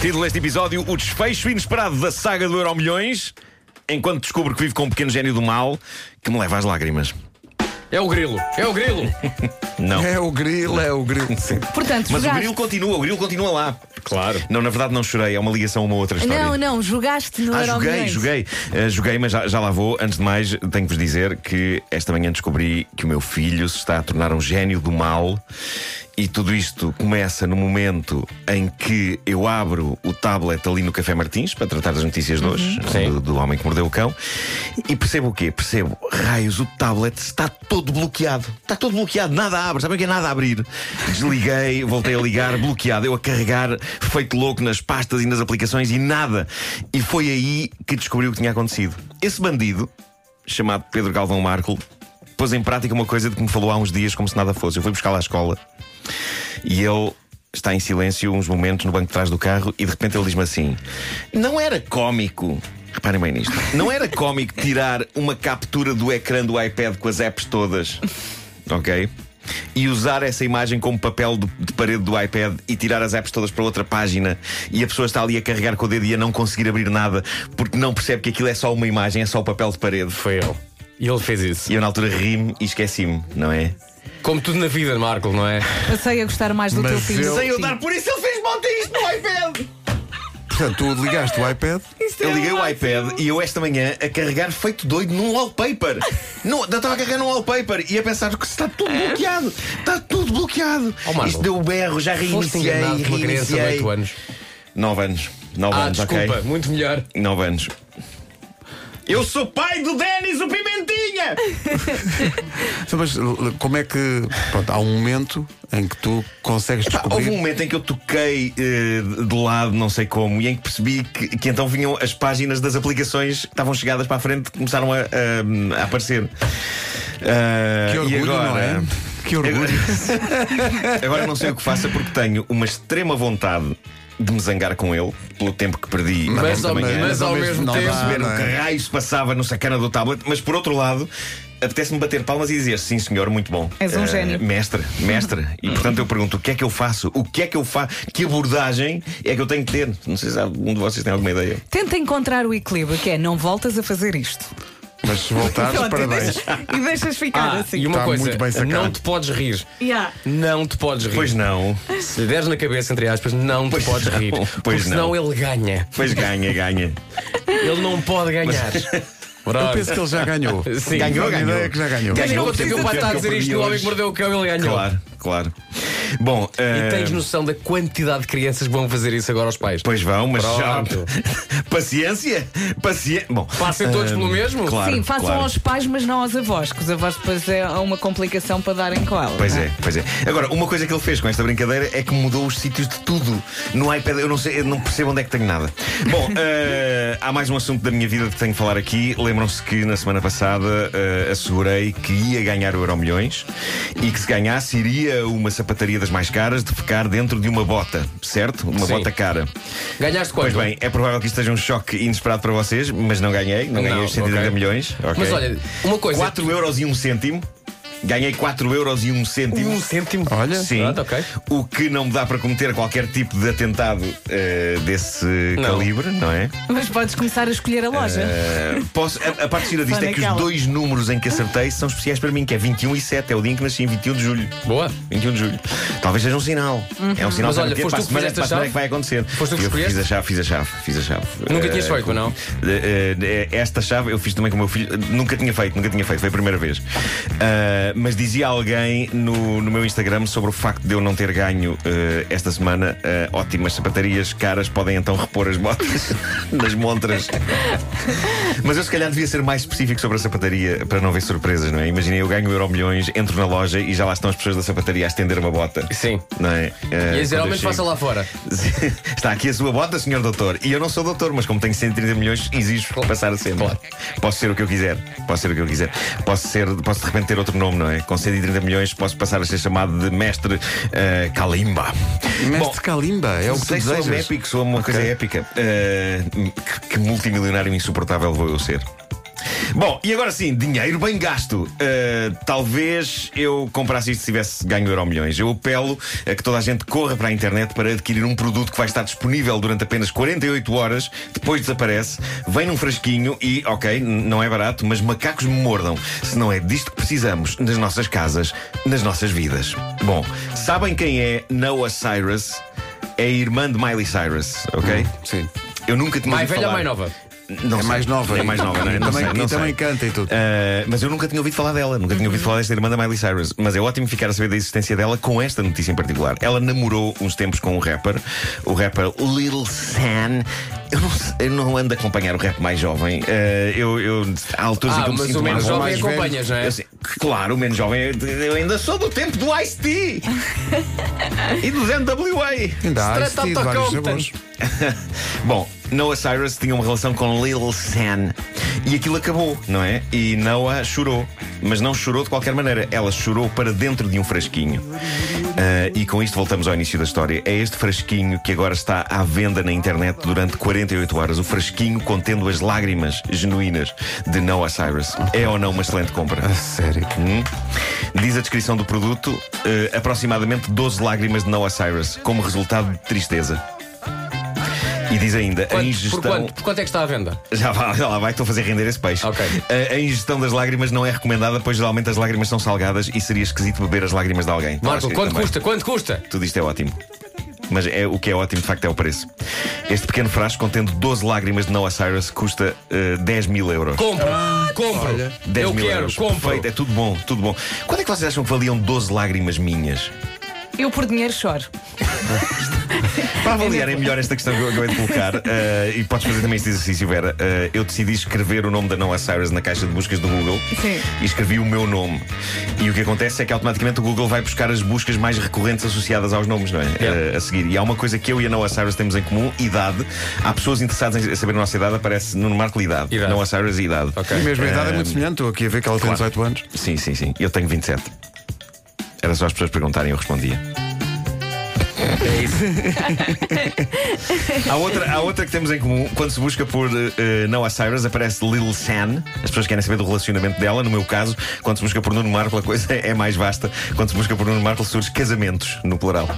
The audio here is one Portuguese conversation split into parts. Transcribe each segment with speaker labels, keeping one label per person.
Speaker 1: Título deste episódio: O desfecho inesperado da saga do Euro Milhões, enquanto descubro que vivo com um pequeno gênio do mal que me leva às lágrimas.
Speaker 2: É o grilo, é o grilo.
Speaker 1: Não.
Speaker 3: É o grilo, é o grilo. Sim.
Speaker 4: Portanto,
Speaker 1: Mas o
Speaker 4: jogaste.
Speaker 1: grilo continua, o grilo continua lá.
Speaker 2: Claro.
Speaker 1: Não, na verdade não chorei, é uma ligação a uma outra história.
Speaker 4: Não, não, jogaste no
Speaker 1: Ah,
Speaker 4: Euro
Speaker 1: joguei,
Speaker 4: Milhões.
Speaker 1: joguei. Ah, joguei, mas já, já lá vou. Antes de mais, tenho que vos dizer que esta manhã descobri que o meu filho se está a tornar um gênio do mal. E tudo isto começa no momento em que eu abro o tablet ali no Café Martins para tratar das notícias de hoje,
Speaker 2: Sim.
Speaker 1: do, do homem que mordeu o cão. E percebo o quê? Percebo, raios, o tablet está todo bloqueado. Está todo bloqueado, nada abre. Sabem o que é nada a abrir? Desliguei, voltei a ligar, bloqueado. Eu a carregar, feito louco nas pastas e nas aplicações e nada. E foi aí que descobri o que tinha acontecido. Esse bandido, chamado Pedro Galvão Marco, pôs em prática uma coisa de que me falou há uns dias como se nada fosse. Eu fui buscá-lo à escola e ele está em silêncio uns momentos no banco de trás do carro e de repente ele diz-me assim: Não era cómico. Reparem bem nisto. Não era cómico tirar uma captura do ecrã do iPad com as apps todas. Ok? E usar essa imagem como papel de, de parede do iPad e tirar as apps todas para outra página e a pessoa está ali a carregar com o dedo e a não conseguir abrir nada porque não percebe que aquilo é só uma imagem, é só o papel de parede.
Speaker 2: Foi ele. E ele fez isso.
Speaker 1: E eu na altura ri-me e esqueci-me, não é?
Speaker 2: Como tudo na vida, Marco, não é?
Speaker 4: Passei a gostar mais do
Speaker 3: Mas
Speaker 4: teu filho.
Speaker 3: eu-
Speaker 1: Sem eu dar por isso, ele fez monte isto no iPad!
Speaker 3: Portanto, tu ligaste o iPad.
Speaker 1: Eu liguei o iPad e eu esta manhã a carregar feito doido num wallpaper. não, eu estava a carregar num wallpaper e a pensar que está tudo bloqueado. Está tudo bloqueado.
Speaker 2: É. Oh, Marco,
Speaker 1: Isto deu berro, já
Speaker 2: Foste
Speaker 1: reiniciei,
Speaker 2: enganado por uma criança de
Speaker 1: reiniciei.
Speaker 2: 8 anos.
Speaker 1: 9 anos. 9
Speaker 2: Ah,
Speaker 1: anos,
Speaker 2: desculpa,
Speaker 1: ok?
Speaker 2: muito melhor.
Speaker 1: 9 anos. Eu sou pai do Denis, o Pimentinha!
Speaker 3: Então, Mas l- como é que. Pronto, há um momento em que tu consegues
Speaker 1: Pá, houve um
Speaker 3: descobrir.
Speaker 1: momento em que eu toquei eh, de lado, não sei como, e em que percebi que, que então vinham as páginas das aplicações que estavam chegadas para a frente começaram a, a- a aparecer. Ah,
Speaker 3: Que
Speaker 1: e
Speaker 3: orgulho,
Speaker 1: agora-
Speaker 3: não é? Que orgulho.
Speaker 1: Agora, agora não sei o que faça porque tenho uma extrema vontade de me zangar com ele pelo tempo que perdi na
Speaker 2: Mas
Speaker 1: mão
Speaker 2: ao,
Speaker 1: da
Speaker 3: oh, é
Speaker 1: manhã.
Speaker 2: mas ao mesmo
Speaker 3: não dá.
Speaker 2: tempo.
Speaker 1: perceber
Speaker 3: não
Speaker 1: o
Speaker 3: é?
Speaker 1: que raio se passava no sacana do tablet, mas por outro lado, apetece-me bater palmas e dizer: Sim, senhor, muito bom.
Speaker 4: És um
Speaker 1: Eh,
Speaker 4: gênio."
Speaker 1: Mestre, mestre. E portanto eu pergunto: o que é que eu faço? O que é que eu faço? Que abordagem é que eu tenho que ter? Não sei se algum de vocês tem alguma ideia.
Speaker 4: Tenta encontrar o equilíbrio, que é não voltas a fazer isto.
Speaker 3: Mas se voltares,
Speaker 4: Pronto, e
Speaker 3: parabéns.
Speaker 4: deixas, e deixas ficar ah.
Speaker 2: Ah,
Speaker 4: assim.
Speaker 2: e uma
Speaker 3: Está
Speaker 2: coisa,
Speaker 3: muito bem sacado.
Speaker 2: não te podes rir.
Speaker 4: Yeah.
Speaker 2: Não te podes rir.
Speaker 1: Pois não.
Speaker 2: Se lhe deres na cabeça, entre aspas, não
Speaker 1: Pois
Speaker 2: te podes
Speaker 1: não,
Speaker 2: rir.
Speaker 1: pois
Speaker 2: porque
Speaker 1: não.
Speaker 2: senão ele ganha.
Speaker 1: Pois ganha, ganha.
Speaker 2: Ele não pode ganhar.
Speaker 3: Eu penso que ele já ganhou.
Speaker 2: Sim.
Speaker 1: Ganhou,
Speaker 3: Tenho a
Speaker 1: ganhou.
Speaker 3: ideia é que já ganhou.
Speaker 2: Mas
Speaker 1: Ganhou
Speaker 2: não
Speaker 1: o
Speaker 2: o
Speaker 1: tempo
Speaker 2: teu pai
Speaker 1: que
Speaker 2: está a
Speaker 1: eu
Speaker 2: dizer
Speaker 1: perdi
Speaker 2: isto do homem
Speaker 1: hoje.
Speaker 2: que mordeu o cão, ele ganhou.
Speaker 1: Claro, claro. Bom,
Speaker 2: E
Speaker 1: eh,
Speaker 2: tens noção da quantidade de crianças que vão fazer isso agora aos pais.
Speaker 1: Pois vão, mas já.
Speaker 2: Pronto.
Speaker 1: Paciência? Paciência. Bom, eh,
Speaker 2: Passem todos pelo mesmo?
Speaker 1: claro.
Speaker 4: Sim, façam
Speaker 1: claro.
Speaker 4: aos pais, mas não aos avós, que os avós depois é uma complicação para darem com ela.
Speaker 1: Pois
Speaker 4: não
Speaker 1: é, pois é. Agora, uma coisa que ele fez com esta brincadeira é que mudou os sítios de tudo. No iPad, eu não sei, eu não percebo onde é que tenho nada. Bom, eh, há mais um assunto da minha vida que tenho que falar aqui. Lembram-se que na semana passada eh, assegurei que ia ganhar o Euro Milhões e que se ganhasse iria uma sapataria das mais caras de ficar dentro de uma bota, certo? Uma
Speaker 2: Sim.
Speaker 1: bota cara.
Speaker 2: Ganhaste
Speaker 1: Pois
Speaker 2: quanto?
Speaker 1: bem, é provável que isto seja um choque inesperado para vocês, mas não ganhei, não, ganhei
Speaker 2: Não,
Speaker 1: os 130
Speaker 2: ok.
Speaker 1: milhões. ok.
Speaker 2: Mas olha, uma coisa.
Speaker 1: 4 euros e um cêntimo. Ganhei 4 euros e um cêntimo.
Speaker 2: Um cêntimo.
Speaker 3: Olha,
Speaker 1: Sim,
Speaker 2: Pronto, ok.
Speaker 1: o que não me dá para cometer qualquer tipo de atentado eh, desse
Speaker 2: Não.
Speaker 1: calibre, não é?
Speaker 4: é? Mas podes começar a escolher a loja.
Speaker 1: Eh, posso, a, a parte gira disto
Speaker 4: Só
Speaker 1: é que os
Speaker 4: naquela.
Speaker 1: dois números em que acertei são especiais para mim, que é 21 e 7, é o dia em que nasci, em 21 de julho.
Speaker 2: Boa. Uhum.
Speaker 1: 21 de julho. Talvez seja um sinal. É um sinal
Speaker 2: Mas
Speaker 1: para
Speaker 2: olha,
Speaker 1: meter
Speaker 2: foste
Speaker 1: para a
Speaker 2: tu que
Speaker 1: semana-
Speaker 2: fizeste
Speaker 1: para
Speaker 2: a
Speaker 1: a semana
Speaker 2: chave?
Speaker 1: que vai acontecer.
Speaker 2: Foste tu que
Speaker 1: eu fiz
Speaker 2: escolheste?
Speaker 1: a chave, fiz a chave, fiz a chave.
Speaker 2: Nunca
Speaker 1: Eh,
Speaker 2: tinhas feito,
Speaker 1: com-
Speaker 2: não? é
Speaker 1: Eh, eh, Esta chave eu fiz também com o meu filho. Eh, Nunca tinha feito, nunca tinha feito, foi a primeira vez. Ah, Mas dizia alguém no, no meu Instagram sobre o facto de eu não ter ganho eh, esta semana eh, ótimas sapatarias caras podem então repor as botas nas montras. Mas eu se calhar devia ser mais específico sobre a sapataria para não ver surpresas, não é? Imaginei, eu ganho o euro milhões, entro na loja e já lá estão as pessoas da sapataria a estender uma bota.
Speaker 2: Sim.
Speaker 1: Não é? Eh,
Speaker 2: E dizer,
Speaker 1: quando
Speaker 2: ao
Speaker 1: eu
Speaker 2: menos
Speaker 1: chego-
Speaker 2: faça lá fora.
Speaker 1: Está aqui a sua bota, senhor doutor. E eu não sou doutor, mas como tenho 130 milhões, exijo passar a ser. é?
Speaker 2: Claro.
Speaker 1: Posso ser o que eu quiser. Posso ser o que eu quiser. Posso ser, posso de repente ter outro nome, não é? Com 130 milhões posso passar a ser chamado de mestre eh, Kalimba. Bom,
Speaker 3: Mestre Kalimba, é o que tu
Speaker 1: sei se sou um
Speaker 3: desejas.
Speaker 1: épico, sou uma coisa épica. Eh, que, que multimilionário insuportável vou eu ser. Bom, e agora sim, dinheiro bem gasto. Uh, talvez eu comprasse isto se tivesse ganho euro milhões. Eu apelo a que toda a gente corra para a internet para adquirir um produto que vai estar disponível durante apenas 48 horas, depois desaparece, vem num frasquinho e, ok, n- não é barato, mas macacos me mordam. Se não é disto que precisamos nas nossas casas, nas nossas vidas. Bom, sabem quem é Noah Cyrus? É a irmã de Miley Cyrus, ok?
Speaker 3: Sim.
Speaker 1: Eu nunca tinha
Speaker 2: Mais
Speaker 1: ouvido
Speaker 2: velha
Speaker 1: falar.
Speaker 2: ou mais nova?
Speaker 1: Não
Speaker 3: É
Speaker 1: sei.
Speaker 3: mais nova.
Speaker 1: É mais nova, não é? Não
Speaker 3: também,
Speaker 1: sei, não
Speaker 3: e
Speaker 1: sei.
Speaker 3: também canta e tudo.
Speaker 1: Uh, mas eu nunca tinha ouvido falar dela, nunca tinha ouvido falar desta irmã da Miley Cyrus. Mas é ótimo ficar a saber da existência dela com esta notícia em particular. Ela namorou uns tempos com um rapper, o rapper Lil San. Eu não, sei- eu não ando a acompanhar o rap mais jovem. Uh, eu, eu, há alturas em
Speaker 2: Ah,
Speaker 1: que eu me
Speaker 2: mas
Speaker 1: sinto
Speaker 2: o menos
Speaker 1: mais
Speaker 2: jovem
Speaker 3: mais velho.
Speaker 2: acompanhas, não é?
Speaker 1: eu sei- claro, o menos jovem. é Eu ainda sou do tempo do Ice-T e do NWA.
Speaker 3: Ainda há
Speaker 2: Strata
Speaker 3: assistido vários
Speaker 2: Autocompton.
Speaker 3: sabores.
Speaker 1: Bom, Noah Cyrus tinha uma relação com Lil San e aquilo acabou, não é? E Noah chorou, mas não chorou de qualquer maneira, ela chorou para dentro de um frasquinho. Ah, e com isto voltamos ao início da história. É este frasquinho que agora está à venda na internet durante 48 horas. O frasquinho contendo as lágrimas genuínas de Noah Cyrus. É ou não uma excelente compra?
Speaker 3: A sério.
Speaker 1: Hum? Diz a descrição do produto: eh, aproximadamente 12 lágrimas de Noah Cyrus, como resultado de tristeza. E diz ainda, a
Speaker 2: Quanto-
Speaker 1: ingestão.
Speaker 2: por, quanto, por quanto é que está à venda?
Speaker 1: Já, vai, já lá vai, estou a fazer render esse peixe. Eh,
Speaker 2: Ok.
Speaker 1: A, a ingestão das lágrimas não é recomendada, pois geralmente as lágrimas são salgadas e seria esquisito beber as lágrimas de alguém. Está lá
Speaker 2: Marco,
Speaker 1: escrito
Speaker 2: quanto
Speaker 1: também.
Speaker 2: custa? Quanto custa?
Speaker 1: Tudo isto é ótimo. Mas é, o que é ótimo, de facto, é o preço. Este pequeno frasco contendo 12 lágrimas de Noah Cyrus custa eh, 10 mil euros.
Speaker 2: Compro, compro.
Speaker 3: olha,
Speaker 1: 10
Speaker 2: Eu
Speaker 1: Ah, mil
Speaker 2: quero,
Speaker 1: euros.
Speaker 2: compro.
Speaker 1: Perfeito, é tudo bom, tudo bom. Quanto é que vocês acham que valiam 12 lágrimas minhas?
Speaker 4: Eu por dinheiro choro.
Speaker 1: Para avaliar é melhor esta questão que eu acabei de colocar, eh, e podes fazer também este exercício, Vera. eh, eu decidi escrever o nome da Noah Cyrus na caixa de buscas do Google
Speaker 4: Sim.
Speaker 1: e escrevi o meu nome. E o que acontece é que automaticamente o Google vai buscar as buscas mais recorrentes associadas aos nomes, não é?
Speaker 2: Yeah.
Speaker 1: Eh, a seguir. E há uma coisa que eu e a Noah Cyrus temos em comum: idade. Há pessoas interessadas em saber a nossa idade, aparece Nuno Marco idade.
Speaker 2: Idade.
Speaker 1: Noah Cyrus e idade.
Speaker 2: Ok.
Speaker 3: E mesmo a idade é muito semelhante. Estou aqui a ver que ela tem
Speaker 1: claro.
Speaker 3: 18 anos.
Speaker 1: Sim, sim, sim. Eu tenho 27. Era só as pessoas perguntarem, eu respondia.
Speaker 2: É isso.
Speaker 1: Há outra, há outra que temos em comum. Quando se busca por eh, Noah Cyrus, aparece Lil San. As pessoas querem saber do relacionamento dela. No meu caso, quando se busca por Nuno Marco, a coisa é mais vasta. Quando se busca por Nuno Marco, surge casamentos, no plural.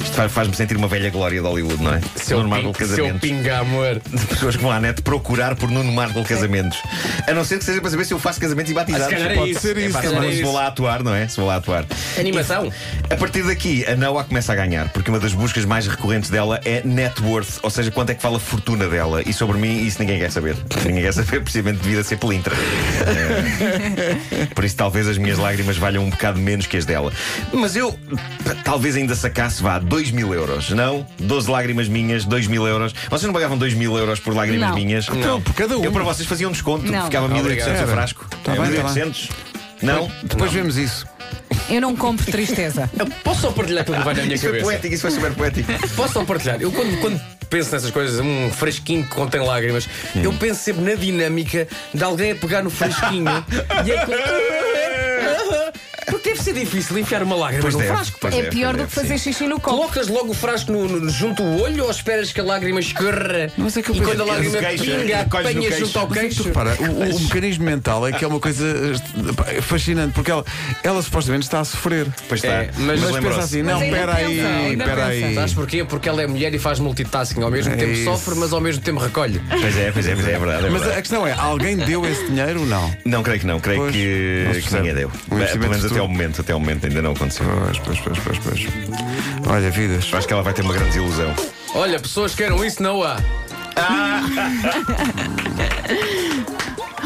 Speaker 1: Isto fa- faz-me sentir uma velha glória de Hollywood, não é? Nuno Marco,
Speaker 2: pin- seu
Speaker 1: casamentos.
Speaker 2: pinga amor.
Speaker 1: De pessoas que vão à net procurar por Nuno Marco casamentos. A não ser que seja para saber se eu faço casamentos e batizados.
Speaker 2: Ah, se calhar é
Speaker 1: Pode
Speaker 2: isso.
Speaker 1: ser
Speaker 2: É
Speaker 1: isso.
Speaker 2: pá, se calhar é
Speaker 1: se vou
Speaker 2: isso.
Speaker 1: lá atuar, não é? Se vou lá atuar.
Speaker 2: Animação.
Speaker 1: A partir daqui, a Noah começa a ganhar, porque uma das buscas mais recorrentes dela é net worth, ou seja, quanto é que fala a fortuna dela. E sobre mim, isso ninguém quer saber. Ninguém quer saber, precisamente devido a ser pelintra. É. Por isso, talvez as minhas lágrimas valham um bocado menos que as dela. Mas eu, p- talvez ainda sacasse, vá, 2 mil euros. Não? 12 lágrimas minhas, 2 mil euros. Vocês não pagavam 2 mil euros por lágrimas
Speaker 4: Não.
Speaker 1: minhas?
Speaker 3: Não, por cada um.
Speaker 1: Eu para vocês fazia um desconto,
Speaker 4: Não.
Speaker 1: ficava 1.800 o
Speaker 3: Obrigado.
Speaker 1: frasco.
Speaker 3: Tá bem, tá bem.
Speaker 1: 1.800? Não?
Speaker 3: Depois vemos isso.
Speaker 4: Eu não compro tristeza.
Speaker 2: Eu posso só partilhar aquilo que vai na minha
Speaker 1: Isso é foi
Speaker 2: cabeça?
Speaker 1: poético, isso foi super poético.
Speaker 2: Posso só partilhar? Eu quando, quando penso nessas coisas, um fresquinho que contém lágrimas,
Speaker 1: Hum.
Speaker 2: eu penso sempre na dinâmica de alguém a pegar no fresquinho e é que... Porque deve ser difícil enfiar uma lágrima
Speaker 1: Pois
Speaker 2: num
Speaker 1: deve,
Speaker 2: frasco. pá.
Speaker 1: pois
Speaker 4: É
Speaker 1: deve,
Speaker 4: pior do
Speaker 1: deve,
Speaker 4: que fazer
Speaker 1: sim.
Speaker 4: xixi no copo.
Speaker 2: Colocas logo o frasco no, no- junto do olho ou esperas que a lágrima escorra?
Speaker 3: Mas é que eu
Speaker 2: e
Speaker 3: penso-
Speaker 2: quando a lágrima
Speaker 1: No queixo,
Speaker 2: pinga,
Speaker 1: colhes no
Speaker 2: apanha
Speaker 1: queixo.
Speaker 2: junto ao
Speaker 3: Mas é que tu
Speaker 2: queixo.
Speaker 3: repara, o, o mecanismo mental é que é uma coisa eh, pá, fascinante, porque ela, ela supostamente está a sofrer.
Speaker 1: Pois está.
Speaker 2: É, mas-
Speaker 3: Mas
Speaker 1: lembrou-se.
Speaker 3: pensa assim, não,
Speaker 4: Mas ainda
Speaker 3: espera aí,
Speaker 4: pensa, ainda
Speaker 3: espera
Speaker 4: pensa.
Speaker 3: aí.
Speaker 2: Sabes porquê? Porque ela é mulher e faz multitasking. Ao mesmo
Speaker 3: É
Speaker 2: tempo
Speaker 3: isso.
Speaker 2: sofre, mas ao mesmo tempo recolhe.
Speaker 1: Pois é, pois é, pois é, é verdade. É
Speaker 3: Mas
Speaker 1: verdade.
Speaker 3: a questão é, alguém deu esse dinheiro ou não?
Speaker 1: Não, creio que não. Creio
Speaker 3: Pois,
Speaker 1: que,
Speaker 3: não se
Speaker 1: que
Speaker 3: percebe.
Speaker 1: ninguém deu.
Speaker 3: Um
Speaker 1: Mas,
Speaker 3: investimento
Speaker 1: Pelo menos até
Speaker 3: futuro.
Speaker 1: ao momento, até ao momento ainda não aconteceu.
Speaker 3: Pois, pois, pois, pois, pois. Olha, vidas.
Speaker 1: Eu acho que ela vai ter uma grande desilusão.
Speaker 2: Olha, pessoas que queiram isso, não há.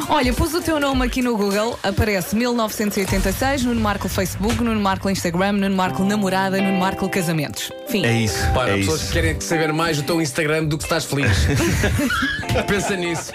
Speaker 4: Olha, pus o teu nome aqui no Google, aparece 1986, Nuno Marco Facebook, Nuno Marco Instagram, Nuno Marco Namorada, Nuno Marco Casamentos. Fim.
Speaker 1: É isso.
Speaker 2: Para
Speaker 1: é
Speaker 2: pessoas
Speaker 1: isso.
Speaker 2: que querem saber mais do teu Instagram do que estás feliz. Pensa nisso.